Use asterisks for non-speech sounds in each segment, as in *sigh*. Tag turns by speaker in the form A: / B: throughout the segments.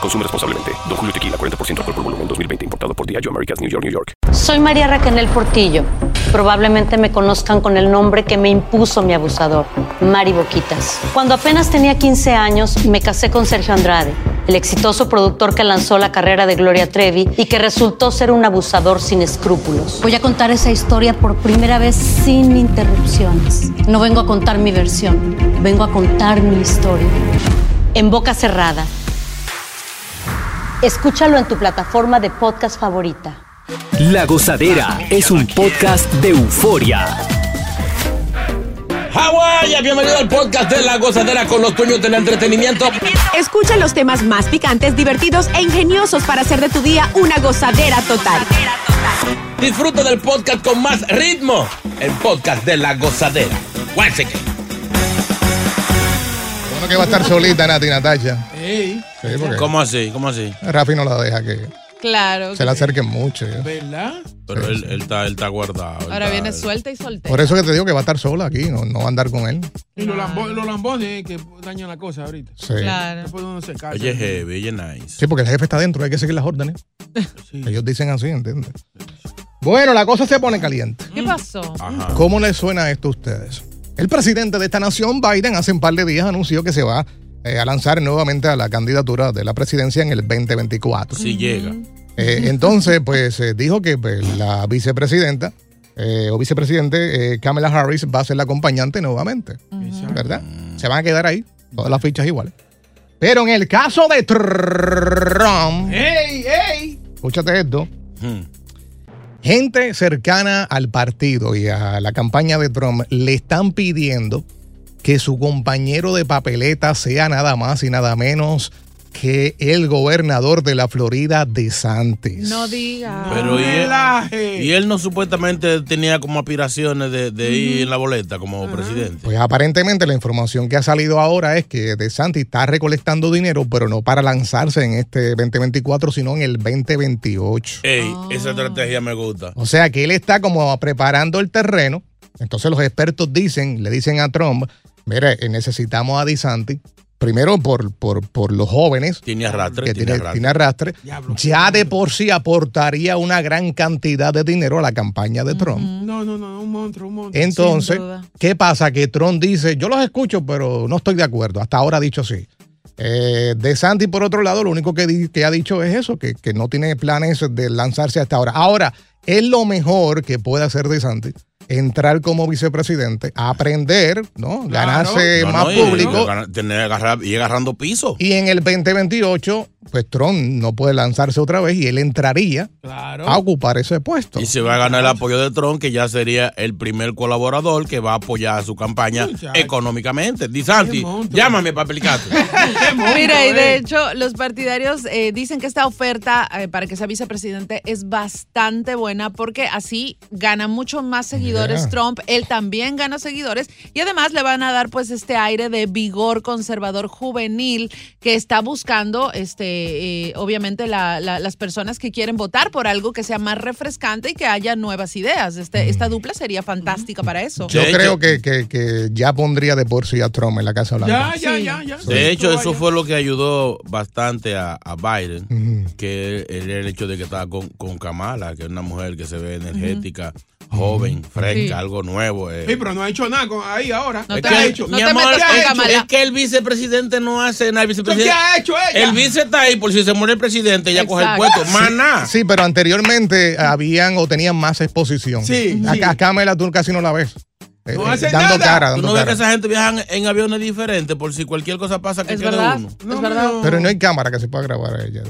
A: Consume responsablemente. Don Julio Tequila, 40% alcohol por volumen, 2020. Importado por Diageo Americas, New York, New York.
B: Soy María Raquel Portillo. Probablemente me conozcan con el nombre que me impuso mi abusador, Mari Boquitas. Cuando apenas tenía 15 años, me casé con Sergio Andrade, el exitoso productor que lanzó la carrera de Gloria Trevi y que resultó ser un abusador sin escrúpulos. Voy a contar esa historia por primera vez sin interrupciones. No vengo a contar mi versión, vengo a contar mi historia. En boca cerrada. Escúchalo en tu plataforma de podcast favorita.
C: La Gozadera es un podcast de euforia.
D: Hawái, bienvenido al podcast de La Gozadera con los dueños del entretenimiento.
E: Escucha los temas más picantes, divertidos e ingeniosos para hacer de tu día una gozadera total.
D: Disfruta del podcast con más ritmo. El podcast de La Gozadera. Once again.
F: Bueno, que va a estar solita Nati Natacha.
G: Ey,
F: Sí, porque
D: ¿Cómo así? ¿Cómo así?
F: Rafi no la deja que
H: Claro.
F: se le acerquen mucho.
G: ¿verdad?
D: Pero él, él está, él está guardado. él
H: Ahora
D: está-
H: viene suelta y soltera.
F: Por eso que te digo que va a estar sola aquí, no, no va a andar con él.
G: Y los, lambo- los lambones que dañan la cosa ahorita.
F: Sí.
H: Claro.
G: Después uno se casa.
D: Ella es heavy, ella es nice.
F: Sí, porque el jefe está dentro, hay que seguir las órdenes.
G: Sí.
F: Ellos dicen así, ¿entiendes? Bueno, la cosa se pone caliente.
H: ¿Qué pasó?
D: Ajá.
F: ¿Cómo les suena esto a ustedes? El presidente de esta nación, Biden, hace un par de días anunció que se va eh, a lanzar nuevamente a la candidatura de la presidencia en el 2024.
D: Si llega.
F: Eh, entonces, pues eh, dijo que pues, la vicepresidenta eh, o vicepresidente eh, Kamala Harris va a ser la acompañante nuevamente,
G: Exacto.
F: ¿verdad? Se van a quedar ahí, todas las fichas iguales. Pero en el caso de Trump,
G: ¡Ey, ey!
F: escúchate esto,
D: Hmm.
F: gente cercana al partido y a la campaña de Trump le están pidiendo que su compañero de papeleta sea nada más y nada menos que el gobernador de la Florida, DeSantis.
H: No
F: Ah,
H: digas.
D: Pero y él,
G: Relaje.
D: y él no supuestamente tenía como aspiraciones de, de ir en la boleta como presidente.
F: Pues aparentemente la información que ha salido ahora es que DeSantis está recolectando dinero, pero no para lanzarse en este 2024, sino en el 2028.
D: Ey,
H: Ah.
D: esa estrategia me gusta.
F: O sea que él está como preparando el terreno. Entonces los expertos dicen, le dicen a Trump, mire, eh, necesitamos a DeSantis, primero por, por, por los jóvenes,
D: Tiene arrastre,
F: que
D: tiene,
F: tiene,
D: arrastre.
F: tiene arrastre,
G: Diablo.
F: ya de por sí aportaría una gran cantidad de dinero a la campaña de Trump.
G: No, no, no, un monstruo, un monstruo.
F: Entonces,
H: Sin duda.
F: ¿qué pasa? Que Trump dice, yo los escucho, pero no estoy de acuerdo. Hasta ahora ha dicho así. Eh, de Santi, por otro lado, lo único que, di- que ha dicho es eso, que, que no tiene planes de lanzarse hasta ahora. Ahora, es lo mejor que puede hacer De Santi, entrar como vicepresidente, aprender, ¿no? Ganarse
D: No, no,
F: más
D: y-
F: público.
D: Y, gana- tener agarrar- y agarrando piso.
F: Y en el 2028, pues Trump no puede lanzarse otra vez y él entraría
G: Claro.
F: a ocupar ese puesto.
D: Y se va a ganar el apoyo de Trump, que ya sería el primer colaborador que va a apoyar su campaña
G: Muchacho.
D: económicamente. Disanti,
G: Qué monstruo.
D: llámame
G: *laughs*
D: para explicarte.
G: Qué monstruo,
H: Mira, y de
G: eh.
H: hecho, los partidarios eh, dicen que esta oferta eh, para que sea vicepresidente es bastante buena porque así gana mucho más seguidores
F: Yeah.
H: Trump, él también gana seguidores y además le van a dar pues este aire de vigor conservador juvenil que está buscando este eh, obviamente la- la- las personas que quieren votar por algo que sea más refrescante y que haya nuevas ideas. Este, esta dupla sería fantástica para eso.
D: Sí.
F: Yo
D: De hecho-
F: creo que, que- que ya pondría de por sí a Trump en la Casa Blanca.
G: Ya, ya,
H: Sí.
G: ya, ya.
D: De hecho, eso
G: Vaya.
D: fue lo que ayudó bastante a, a Biden,
F: Ujú.
D: que el, el hecho de que estaba con, con Kamala, que es una mujer que se ve energética, joven, fresca,
H: Sí.
D: algo nuevo. eh.
G: Sí, pero no ha hecho nada con- ahí ahora.
H: No
D: Es
H: te
D: que-
H: ha hecho. No
D: mi
H: te
D: amor,
H: metas
D: es
H: con
D: que-
H: Kamala.
D: es que el vicepresidente no hace nada.
G: ¿Pero ¿Qué
D: El vicepresidente,
G: ha hecho ella?
D: el vice está ahí por si se muere el presidente, ya coge el
H: Exacto.
D: puesto. Maná.
F: Sí, pero anteriormente habían o tenían más exposición.
G: Sí,
F: A,
G: sí.
F: a Kamala tú casi no la ves. Eh,
G: No
F: eh,
G: hace nada.
F: dando cara,
D: Tú
F: dando
D: no ves que
F: cara.
D: esa gente viaja en aviones diferentes por si cualquier cosa pasa que
H: Es
D: quede
H: verdad.
D: uno.
G: No,
H: es verdad.
G: no.
F: Pero no hay cámara que se pueda grabar a ella.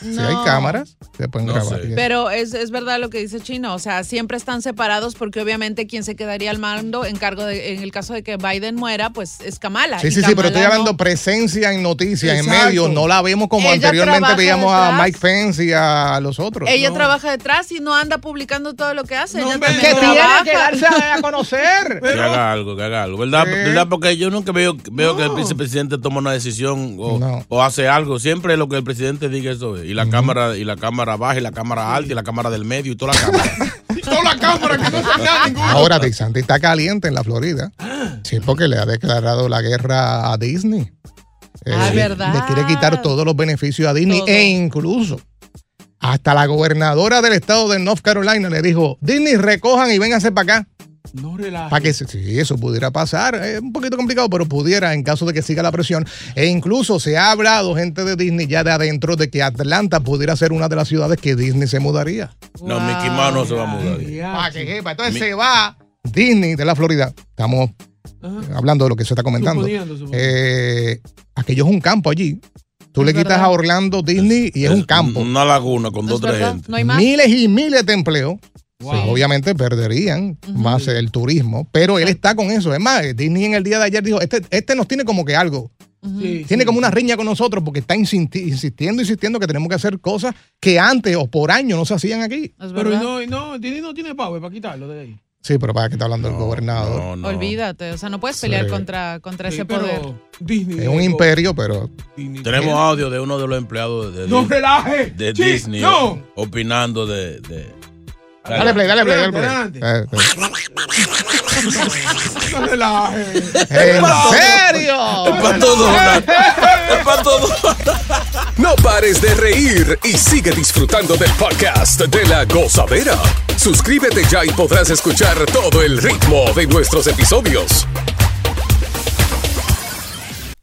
F: Si hay cámaras, se pueden
D: No
F: grabar.
D: sé.
H: Pero es, es verdad lo que dice Chino, o sea, siempre están separados porque obviamente quien se quedaría al mando en cargo de, en el caso de que Biden muera, pues es Kamala.
F: Sí,
H: Y
F: sí, sí, pero
H: Kamala
F: estoy hablando
H: no.
F: presencia en noticias, en
G: Exacto.
F: medios. No la vemos como
H: Ella
F: anteriormente
H: trabaja
F: veíamos a
H: detrás.
F: Mike Pence y a los otros.
H: Ella
F: No.
H: trabaja detrás y no anda publicando todo lo que hace.
G: No,
H: Ella
G: hombre,
H: también
G: que tiene
H: trabaja.
F: a conocer.
D: Que haga algo, que haga algo. ¿Verdad?
F: Sí.
D: ¿Verdad? Porque yo nunca veo, veo que el
G: No.
D: vicepresidente toma una decisión o,
F: No.
D: o hace algo. Siempre lo que el presidente diga eso es. Y la cámara, y la cámara baja, y la cámara alta, y la cámara del medio, y toda la cámara.
G: Toda la cámara que no se da ninguno.
F: Ahora, Dick Santi está caliente en la Florida. Sí, porque le ha declarado la guerra a Disney. Eh,
H: Ah, ¿verdad?
F: Le quiere quitar todos los beneficios a Disney
H: Todo.
F: e incluso hasta la gobernadora del estado de North Carolina le dijo, Disney recojan y vénganse para acá.
G: No relaja.
F: Para que se- si eso pudiera pasar, es un poquito complicado, pero pudiera en caso de que siga la presión. E incluso se ha hablado gente de Disney ya de adentro de que Atlanta pudiera ser una de las ciudades que Disney se mudaría.
D: No, Mickey Mouse no se va a mudar.
F: Pa' que sepa. Ah, Entonces
D: Mi-
F: se va Disney de la Florida. Estamos eh, hablando de lo que se está comentando.
G: Suponiendo, suponiendo.
F: Eh, aquello es un campo allí. Tú le
H: Es
F: quitas
H: verdad.
F: a Orlando Disney y es un campo.
D: Una laguna con
H: No
D: dos
H: es
D: tres
H: verdad,
D: gente.
H: no hay más.
F: Miles y miles de empleos.
G: Wow.
F: Sí, obviamente perderían más el turismo, pero él está con eso. Es más, Disney en el día de ayer dijo, este, este nos tiene como que algo,
G: Sí,
F: tiene
G: sí.
F: como una riña con nosotros porque está insisti- insistiendo, insistiendo que tenemos que hacer cosas que antes o por año no se hacían aquí.
H: *laughs* Es
G: Pero y
H: verdad.
G: no, y no, tiene, no tiene power para quitarlo de ahí.
F: Sí, pero para que está hablando el gobernador.
D: No, no.
H: Olvídate, o sea, no puedes pelear
F: Sí.
H: contra, contra
G: Sí,
H: ese
G: pero
H: poder.
G: Disney.
F: Es un
G: digo,
F: imperio, pero
G: Disney.
D: Tenemos audio de uno de los empleados de, de
G: No
D: Disney-
G: relaje.
D: de
G: Sí,
D: Disney
G: No.
D: opinando de. de-
F: Dale play, dale play, dale
G: Adelante,
F: play. Eh,
G: No relaje.
F: eh. ¿En serio?
D: Es
G: *laughs*
D: para todo, Donald. Es para todo.
I: *laughs* No pares de reír y sigue disfrutando del podcast de la gozadera. Suscríbete ya y podrás escuchar todo el ritmo de nuestros episodios.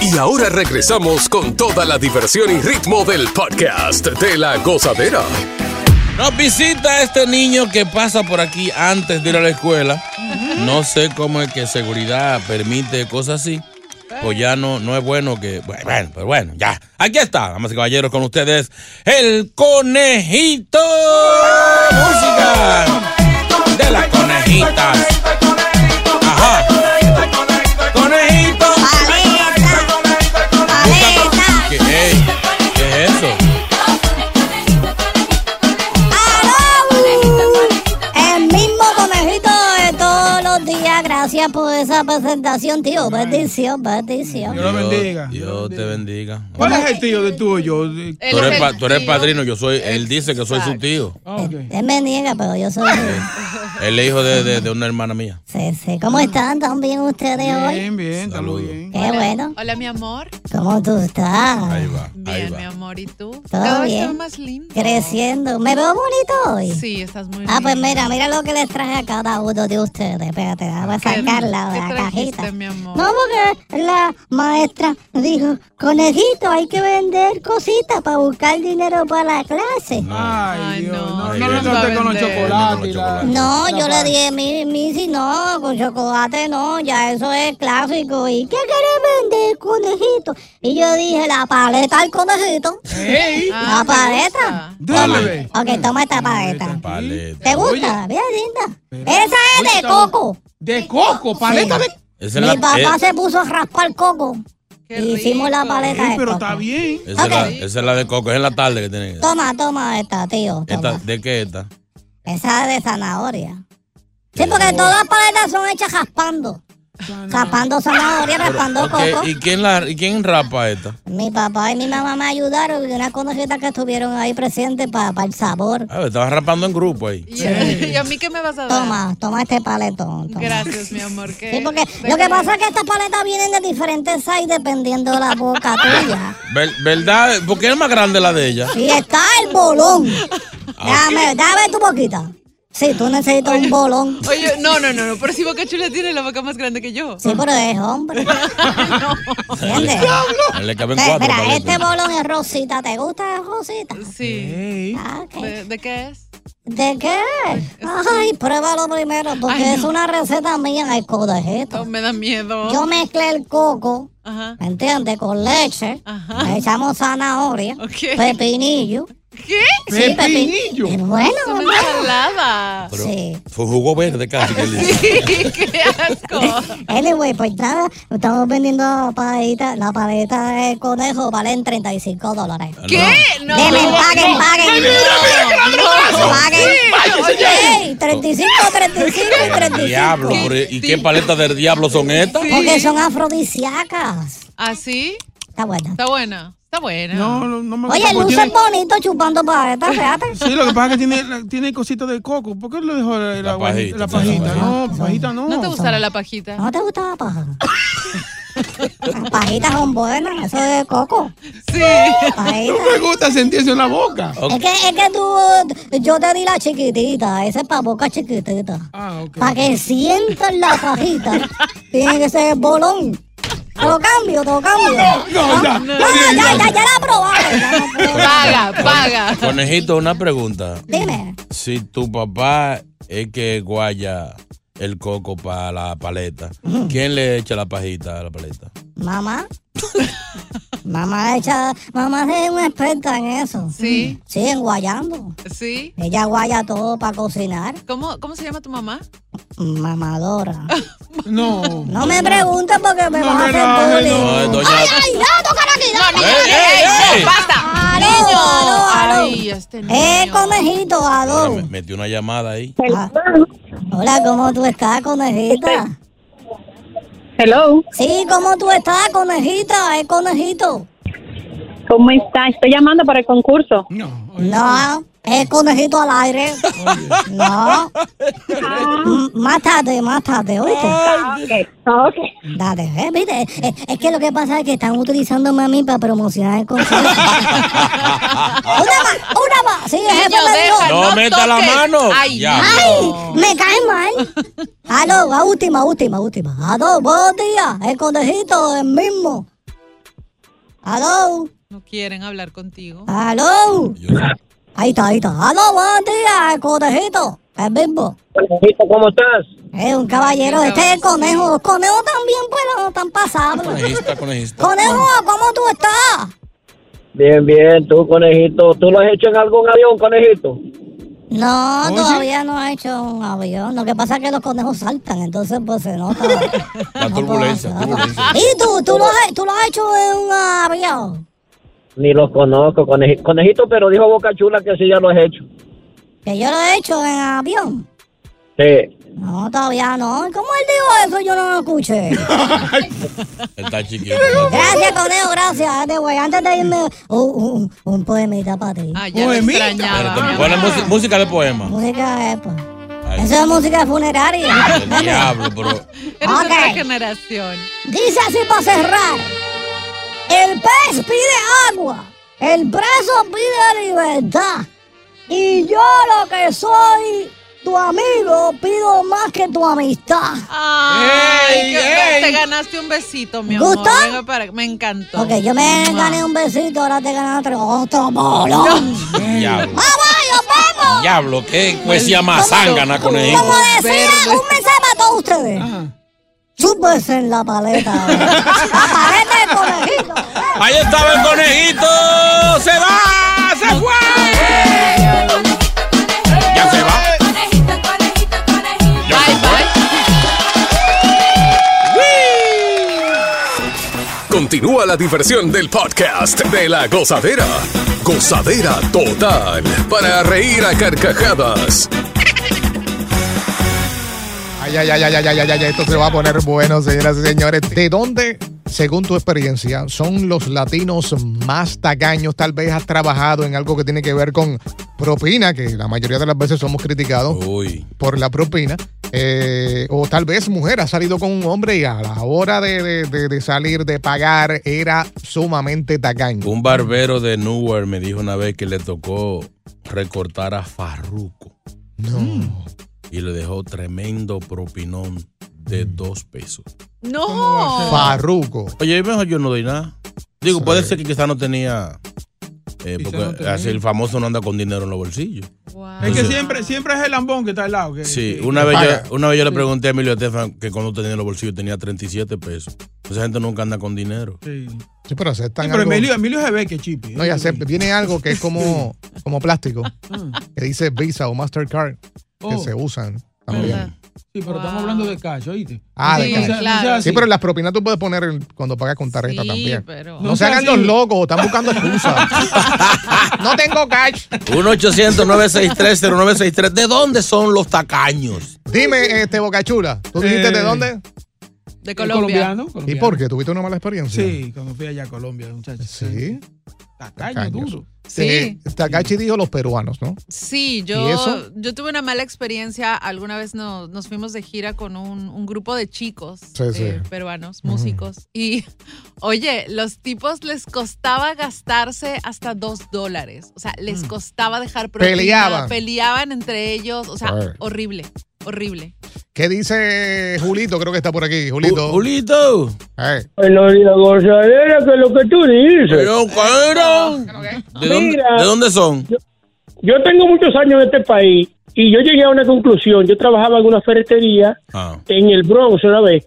I: Y ahora regresamos con toda la diversión y ritmo del podcast de la gozadera.
D: Nos visita este niño que pasa por aquí antes de ir a la escuela. No sé cómo es que seguridad permite cosas así. Pues ya no, no es bueno que. Bueno, pero bueno, ya. Aquí está, damas y caballeros, con ustedes, el conejito. Música de las conejitas. Ajá. Conejito. ¿Qué, ey, ¿Qué es eso?
J: El mismo conejito de todos los días. Gracias por esa presentación, tío. Bendición, bendición.
G: Dios lo bendiga.
D: Dios te bendiga.
G: ¿Cuál es el tío de tuyo? De-
H: Él
D: Tú eres,
H: es
D: pa-
H: el
D: tú eres
H: tío.
D: padrino, yo soy. Él dice que soy su tío.
G: Ah, ok.
J: Él me niega, pero yo soy.
D: Él es hijo de, de- de una hermana mía.
J: Sí, sí.
D: Ah.
J: ¿Cómo están? ¿Están bien ustedes hoy?
G: Bien, bien, está muy bien.
J: Qué Eh, bueno.
H: Hola, mi amor.
J: ¿Cómo tú estás?
D: Ahí va, ahí
H: Bien, mi
D: va.
H: amor. ¿Y tú?
J: Todo
H: Cada vez
J: bien.
H: estás más lindo.
J: Creciendo. ¿Me veo bonito hoy?
H: Sí, estás muy
J: Ah, pues
H: lindo.
J: mira, mira lo que les traje a cada uno de ustedes. Espérate, vamos a
D: Ah,
H: ¿Qué
J: sacar sacarla, la cajita.
H: mi amor?
J: No, porque la maestra dijo, conejito, hay que vender cositas para buscar dinero para la clase.
G: Ay, Dios, no,
J: Ay,
G: no lo
J: Dios.
G: trate con los chocolates. y la-
J: No,
G: la
J: yo le
G: pan.
J: *laughs* dije, mi, mi, si no, con chocolate no, ya eso es clásico. ¿Y qué querés vender, conejito? Y yo dije, la paleta al conejito.
G: Ey.
J: La
G: Ah, me
J: paleta.
G: Dale.
J: Toma. Ok, toma esta paleta.
D: Paleta.
J: ¿Te gusta? Bien linda. Esa es de coco.
G: De coco, paleta de.
D: Esa es
J: Mi
D: la,
J: papá
D: eh,
J: se puso a raspar coco. Y hicimos la paleta de coco.
G: bien.
D: esa es la- esa es la de coco, es en la tarde que tiene.
J: Toma, toma esta, tío.
D: Esta, ¿De qué esta?
J: Esa de zanahoria. Sí, porque todas las paletas son hechas raspando. Raspando zanahoria, raspando
D: Ok,
J: coco.
D: ¿y, quién la, ¿Y quién rapa esta?
J: Mi papá y mi mamá me ayudaron y unas conocidas que estuvieron ahí presentes para el sabor.
D: Ah, estabas rapando en grupo ahí.
H: ¿Y a mí qué me vas a dar?
J: Toma, toma este paletón. toma.
H: Gracias, mi amor. que-
J: Sí, porque lo que pasa es que estas paletas vienen de diferentes size dependiendo de la
D: *laughs*
J: boca tuya.
D: Ver- ¿Verdad? ¿Por qué es más grande la de ella?
J: Y está el bolón.
D: Ah,
J: Dame, dame tu boquita. Sí, tú necesitas un bolón.
H: Oye, no, no, no, no, pero si Boca Chula tiene la boca más grande que yo.
J: Sí, pero es hombre. ¿Entiendes?
D: A él Le caben
J: Ve,
D: cuatro.
J: mira,
D: paletas.
J: este bolón es rosita. ¿Te gusta rosita?
H: Sí.
J: Ah, ok.
H: ¿De, de qué es?
J: ¿De qué? Ay, pruébalo primero, porque
H: Ay, no.
J: es una receta mía de conejito.
H: No, me da miedo.
J: Yo mezclé el coco,
H: Ajá.
J: ¿me entiendes? Con leche. Le echamos zanahoria,
H: Ok.
J: pepinillo.
H: ¿Qué?
J: Sí, pepinillo. bueno,
H: Es una
J: bueno.
H: ensalada.
D: Pero
J: Sí.
D: Fue jugo verde casi que le hizo.
H: Sí, qué asco.
J: Anyway, pues nada, estamos vendiendo la paleta, la paleta de conejo valen 35 dólares.
H: ¿Qué? No.
J: Deme, paguen,
H: No.
J: paguen.
H: Ay, mira, mira, qué ladronazo.
J: Paguen.
H: Sí, váyase
J: Oye,
H: ya.
J: ey, 35, 35 y 35.
D: Diablo, pero ¿y qué paletas del diablo son estas?
J: Porque son afrodisíacas.
H: ¿Ah, sí?
J: Está buena.
H: Está buena. Está buena.
G: No, no, no me gusta
J: Oye,
G: porque tiene-
J: luces bonito chupando paletas, fíjate.
G: Sí, lo que pasa es que tiene, tiene cositas de coco. ¿Por qué le dejó la, la,
D: pajita,
G: guajita- la
D: la
G: pajita? No, pajita no.
H: ¿No te gustará la pajita?
J: ¿No te gusta la paja? Las pajitas son buenas, eso es coco.
H: Sí.
J: Pajitas.
G: No me gusta sentirse en la boca.
J: Es que, es que tú, yo te di la chiquitita, esa es para boca chiquitita.
G: Ah, ok.
J: Para que sientas la pajita, tiene que ser bolón. Te lo cambio, te lo cambio.
G: no, ya,
J: No, ya, ya, ya, la probaste. ya no puedo.
H: Paga, paga.
D: Conejito, una pregunta.
J: Dime,
D: Si tu papá es que guaya el coco para la paleta, ¿quién le echa la pajita a la paleta?
J: mamá. Mamá echa, mamá es una experta en eso.
H: Sí.
J: Sí, en guayando.
H: Sí.
J: Ella guaya todo para cocinar.
H: ¿Cómo, ¿Cómo se llama tu mamá? *laughs*
J: Mamadora.
G: No.
J: No me preguntes porque me
G: No
J: vas
G: me
J: a hacer
G: rajes,
J: bullying.
D: No, doña.
J: ¡Ay, ay, no, tocar aquí!
H: No,
J: No,
H: niño,
D: ¡Ey,
H: niño,
D: ey,
H: ey,
D: ey!
H: basta.
J: ¡Aló,
H: Niño.
J: aló, aló!
H: Ay, este niño.
J: ¡Eh, conejito,
D: Ahora
J: aló!
D: me- metí una llamada ahí.
J: Ah, Hola, ¿cómo tú estás, conejita?
K: Hello,
J: Sí, ¿cómo tú estás, conejita? ¿Es conejito?
K: ¿cómo está? Estoy llamando para el concurso.
G: No.
J: No, es conejito al aire.
D: *laughs*
J: No. M- Más tarde, más tarde, ¿oíste?
K: Ok, Ah, ok.
J: Date, eh, viste, eh, eh, es que lo que pasa es que están utilizándome a mí para promocionar el
D: *laughs*
J: concierto. una más, una más. Sí, el jefe
H: Niño,
J: me dijo.
H: deja,
D: No meta la
H: toques.
D: mano.
H: Ay,
D: Ya.
J: ¡Ay! ¡Me cae mal! Aló, la última, última, última. Aló, buenos días. El conejito, el mismo. Aló,
H: No quieren hablar contigo.
J: Ah, aló. Ahí está, ahí está. Aló, buenos días. El conejito, el mismo.
L: ¿cómo estás?
J: pues, Es un caballero. Este es el conejo. Los conejos también, pero no están pasables.
D: Conejista, conejista.
J: Conejo, ¿cómo tú estás?
L: Bien, bien, tú, conejito. ¿Tú lo has hecho en algún avión, conejito?
J: No, todavía no ha hecho un avión. Lo que pasa es que los conejos saltan, entonces pues se nota.
D: La turbulencia, turbulencia.
J: ¿Y tú? ¿Tú lo, has, ¿Tú lo has hecho en un avión?
L: Ni los conozco, conejito. Conejito, pero dijo Boca Chula que sí ya lo has hecho.
J: Que yo lo he hecho en avión.
L: Sí.
J: No, todavía no. ¿Cómo él dijo eso? Yo no lo escuché.
D: Está
J: *laughs*
D: chiquito.
J: Gracias, conejo, gracias. Anyway, antes de irme, un, un, un poemita para ti.
H: Ah, ya lo
G: Poemita.
D: Espérate,
H: extrañaba.
D: ponle música- música de poema.
J: Música epa.
D: Ay.
J: Eso es música funeraria.
D: El diablo, pero.
H: Eres
J: Ok.
H: otra generación.
J: Dice así para cerrar. El pez pide agua. El preso pide libertad. Y yo lo que soy, Tu amigo pido más que tu amistad.
H: Ay,
J: Ey,
H: qué-
J: ey.
H: te ganaste un besito, mi amor.
J: ¿Gusta?
H: Venga para- me encantó.
J: Ok, yo me gané un besito, ahora te ganas otro, otro bolón.
D: *laughs* Diablo,
J: vamos!
D: diablo, qué cuecía más zángana, conejo.
J: Como decía, un mensaje para todos ustedes. Súbese en la paleta. la paleta de conejito.
D: Ahí estaba el conejito. Se va, se fue. Ya se va. Ya se
I: Continúa la diversión del podcast de la gozadera. Gozadera total para reír a carcajadas.
F: Ay, ay, ay, ay, ay, ay, ay, ay, esto se va a poner bueno, señoras y señores. ¿De dónde, según tu experiencia, son los latinos más tacaños? Tal vez has trabajado en algo que tiene que ver con propina, que la mayoría de las veces somos criticados por la propina. Eh, o tal vez mujer ha salido con un hombre y a la hora de, de- de- de salir, de pagar, era sumamente tacaño.
D: Un barbero de Newark me dijo una vez que le tocó recortar a Farruco.
G: Mm.
D: Y le dejó tremendo propinón de dos pesos.
G: Oh.
H: No.
F: Farruco.
D: Oye, mejor yo no doy nada. Digo, puede ser que quizás no tenía. eh, porque
G: no tenía.
D: así el famoso no anda con dinero en los bolsillos.
G: Es que
D: Entonces-
G: siempre, siempre es el lambón que está al lado. que-
D: Sí,
G: que-
D: una
G: que
D: vez,
G: paga.
D: yo, una vez yo le pregunté a Emilio Estefan que cuando tenía en los bolsillos tenía 37 pesos. Esa gente nunca anda con dinero.
G: Sí.
F: Sí, pero aceptan
G: Sí, pero
F: algo-
G: Emilio, Emilio se ve que eh. chipi.
F: No, ya sé, viene algo que
G: *laughs*
F: es como, como plástico, que dice Visa o Mastercard, que
G: Oh.
F: se usan.
G: Verdad. Sí, pero estamos hablando de cash, ¿oíste?
F: Ah, de
G: Sí,
F: cash.
G: no sea- no sea
F: Sí,
G: así.
F: pero en las propinas tú puedes poner el- cuando pagas con tarjeta
G: Sí,
F: también.
G: pero- No
F: No, se
G: sea
F: hagan
G: así.
F: los locos, están buscando excusas. *laughs* no tengo cash.
D: 1-800-963-0963. ¿De dónde son los tacaños?
F: Dime, este Bocachula, ¿tú dijiste de dónde?
H: De
G: Eh, colombiano,
F: ¿Y
G: colombiano.
F: por qué? ¿Tuviste una mala experiencia?
G: Sí, cuando fui allá a Colombia, muchachos.
F: Sí.
G: Tacaño,
F: Caños.
G: duro.
F: Eh, Takachi dijo los peruanos, ¿no?
H: Sí,
F: ¿Y
H: yo,
F: eso?
H: yo tuve una mala experiencia. Alguna vez no- nos fuimos de gira con un, un grupo de chicos
F: Sí, sí.
H: eh, peruanos,
F: Ujú.
H: músicos. Y, oye, los tipos les costaba gastarse hasta dos dólares. O sea, les costaba dejar propina.
F: Mm. Peleaban.
H: Peleaban entre ellos. O sea,
F: Ay.
H: horrible, horrible.
F: ¿Qué dice Julito? Creo que está por aquí. Julito.
D: Julito.
L: Bueno, la gozadera, que es lo que tú dices.
D: Pero,
F: *laughs*
D: cabrón. ¿De dónde,
L: Mira.
D: de dónde son?
L: Yo tengo muchos años en este país y yo llegué a una conclusión. Yo trabajaba en una ferretería
D: Ah.
G: *laughs*
L: en el Bronx una vez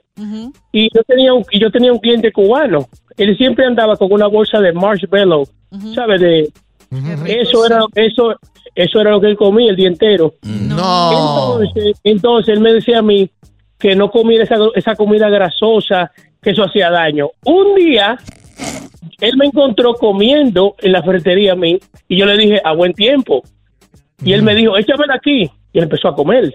L: y yo tenía un, y yo tenía un cliente cubano. Él siempre andaba con una bolsa de marshmallow, ¿sabes? De eso era eso eso era lo que él comía el día entero.
F: No.
L: Entonces, entonces él me decía a mí que no comiera esa, esa comida grasosa, que eso hacía daño. Un día él me encontró comiendo en la ferretería a mí y yo le dije a buen tiempo. Y él me dijo, échamela aquí. Y él empezó a comer.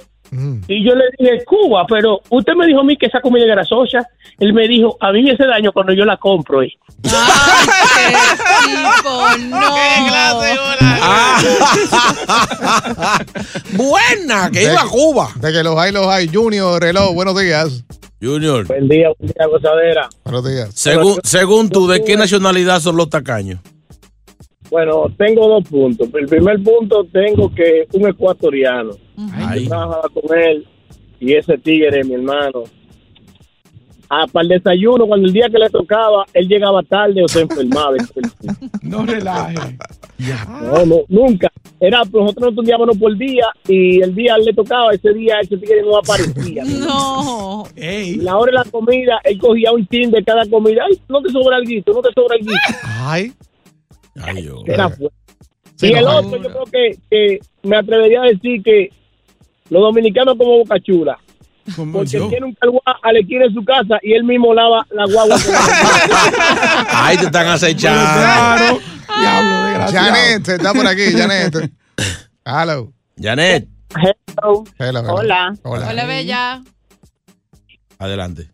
L: Y yo le dije, Cuba, pero usted me dijo a mí que esa comida es grasosa. Él me dijo, a mí me hace daño cuando yo la compro. eh".
H: tipo,
D: *laughs*
H: no.
F: Ah.
D: Buena, que iba a Cuba.
F: De que los hay, los hay. Junior, reloj, buenos días.
D: Junior.
L: Buen día, buen día, gozadera.
F: Buenos días.
D: *laughs* Según, según tú, ¿de qué nacionalidad son los tacaños?
L: Bueno, tengo dos puntos. El primer punto tengo que un ecuatoriano. Yo trabajaba con él y ese tigre, mi hermano. Ah, para el desayuno, cuando el día que le tocaba, él llegaba tarde o se enfermaba.
G: No relaje.
L: No, no, nunca. Era, nosotros nos turniábamos por día y el día le tocaba, ese día ese tigre no aparecía.
H: No.
L: La hora de la comida, él cogía un chin de cada comida. Ay, no te sobra el guito, no te sobra el guito.
F: Ay.
L: Era fuerte.
F: Sí,
L: y
F: no,
L: el
F: no.
L: otro, yo creo que, que me atrevería a decir que los dominicanos como bocachula. Porque tiene un calguá a la esquina de su casa y él mismo lava la guagua. con
D: Ahí te están acechando.
F: *laughs* Claro. Janet, está por
D: *laughs*
F: aquí, Janet. Hello.
D: Janet,
F: Hello. hello.
K: Hola.
F: Hola.
H: Hola, Bella.
D: adelante.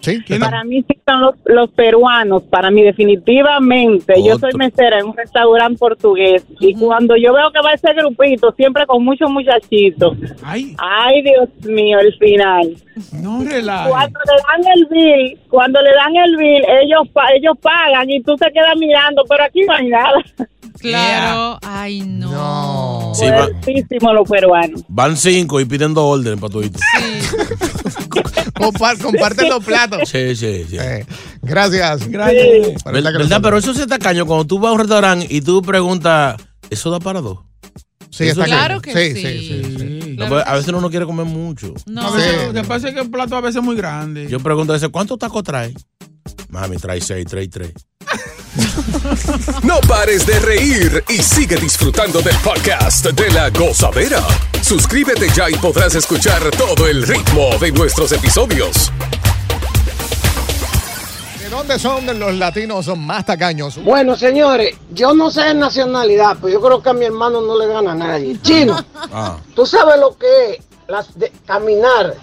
F: Sí, ¿qué tal?
K: Para mí sí son los, los peruanos, para mí definitivamente. Yo soy
D: Otro.
K: mesera en un restaurante portugués y cuando yo veo que va ese grupito, siempre con muchos muchachitos.
G: Ay.
K: Dios mío, el final.
G: No relaje.
K: Cuando le dan el bill, cuando le dan el bill, ellos pa- ellos
F: Ah.
K: pagan y tú te quedas mirando, pero aquí no hay nada.
H: Claro. Ay, Oh, no.
D: Sí, va-
K: Fuertísimo los peruanos.
D: van cinco y piden dos órdenes para toditos.
F: *laughs* Compar- comparte los platos. Eh,
D: Sí, sí, sí.
F: Gracias.
D: Gracias.
F: Para esta
D: ¿Verdad? Pero eso sí está caño. Cuando tú vas a un restaurante y tú preguntas, ¿eso da para dos?
F: Sí,
D: Eso-
F: está Claro caño. que Sí,
D: No, pues, a veces uno no quiere comer mucho.
G: No, a veces, lo que pasa es que el plato a veces es muy grande.
D: Yo pregunto a veces, ¿cuántos tacos trae? Mami, trae seis, trae tres.
I: No pares de reír y sigue disfrutando del podcast de la gozadera. Suscríbete ya y podrás escuchar todo el ritmo de nuestros episodios.
F: ¿De dónde son los latinos son más tacaños?
M: Bueno, señores, yo no sé de nacionalidad, pero yo creo que a mi hermano no le gana a nadie. Chino,
D: Ah.
M: tú sabes lo que es las de caminar.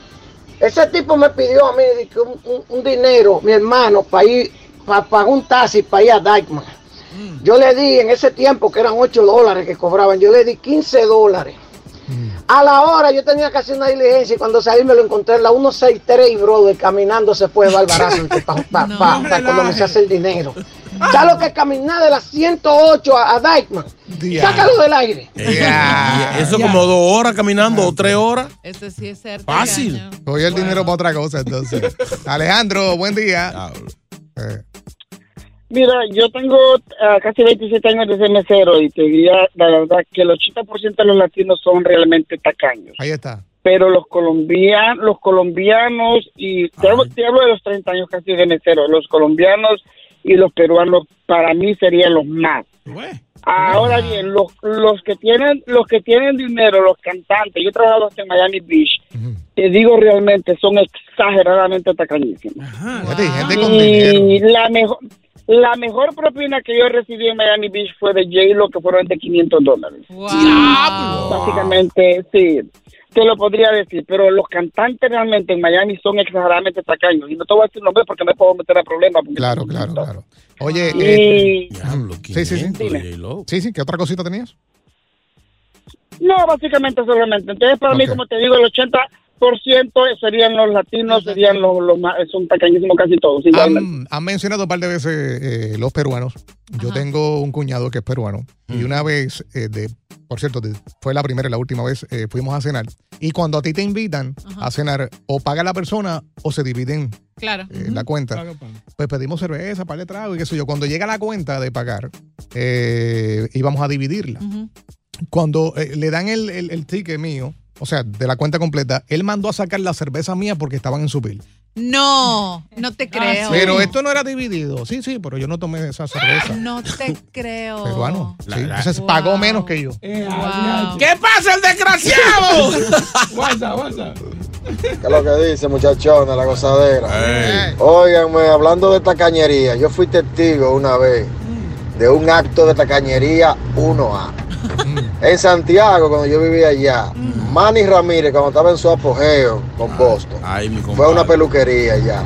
M: Ese tipo me pidió a mí de que un, un- un dinero, mi hermano, para ir, para pagar un taxi para ir a Dyckman. Yo le di en ese tiempo que eran 8 dólares que cobraban, yo le di 15 dólares. A la hora yo tenía que hacer una diligencia y cuando salí me lo encontré en la 163 y brother caminando se fue de Barbarazo para economizarse el dinero. Ya lo que es caminar de la 108 a, a Dyckman, sácalo del aire.
D: Eh, Y Eso como dos horas caminando o tres horas.
H: Este sí es cierto.
F: Fácil. Cogió Ah, el dinero para otra cosa,
D: *laughs*
F: entonces. Alejandro, buen día.
N: Mira, yo tengo ah, casi 27 años de ser mesero y te diría la verdad que el 80% de los latinos son realmente tacaños.
F: Ahí está.
N: Pero los colombianos, los colombianos y te hablo, te hablo de los 30 años casi de mesero, los colombianos y los peruanos para mí serían los más. Ahora bien, los, los que tienen los que tienen dinero, los cantantes, yo he trabajado hasta en Miami Beach. Te digo realmente son exageradamente tacañísimos.
G: Ah,
F: Gente con
N: Y la mejor, la mejor propina que yo recibí en Miami Beach fue de J-Lo, que fueron de 500 dólares. Básicamente, sí, te lo podría decir, pero los cantantes realmente en Miami son exageradamente tacaños. Y no te voy a decir nombres porque me puedo meter a problemas.
F: Claro, claro, claro. Oye,
N: Y-
F: este, sí, sí, sí. Sí, sí, ¿qué otra cosita tenías?
N: No, básicamente solamente. Entonces, para mí, como te digo, el 80% serían los latinos, serían los, los más, son tacañísimos casi todos, igualmente.
F: Han, Mm, han mencionado un par de veces eh, los peruanos. Yo tengo un cuñado que es peruano. Y una vez, eh, de, por cierto, de- fue la primera y la última vez, eh, fuimos a cenar. Y cuando a ti te invitan a cenar, o paga la persona o se dividen
H: Claro.
F: eh, la cuenta. Pues pedimos cerveza, par de tragos y qué sé yo. Cuando llega la cuenta de pagar, eh, íbamos a dividirla. Cuando eh, le dan el, el- el ticket mío, o sea, de la cuenta completa, él mandó a sacar la cerveza mía porque estaban en su bill.
H: Ah, No, no te creo.
F: Pero esto no era dividido. Sí, sí, pero yo no tomé esa cerveza.
H: No
F: *laughs*
H: te creo.
F: Peruano. sí. Entonces pagó menos que yo.
D: Eh, ¿Qué pasa, el desgraciado?
G: WhatsApp, WhatsApp.
O: ¿Qué es lo que dice, muchachones, la gozadera? Óiganme, hablando de tacañería, yo fui testigo una vez de un acto de tacañería 1A. En Santiago, cuando yo vivía allá, Manny Ramírez, cuando estaba en su apogeo con Boston, fue a una peluquería allá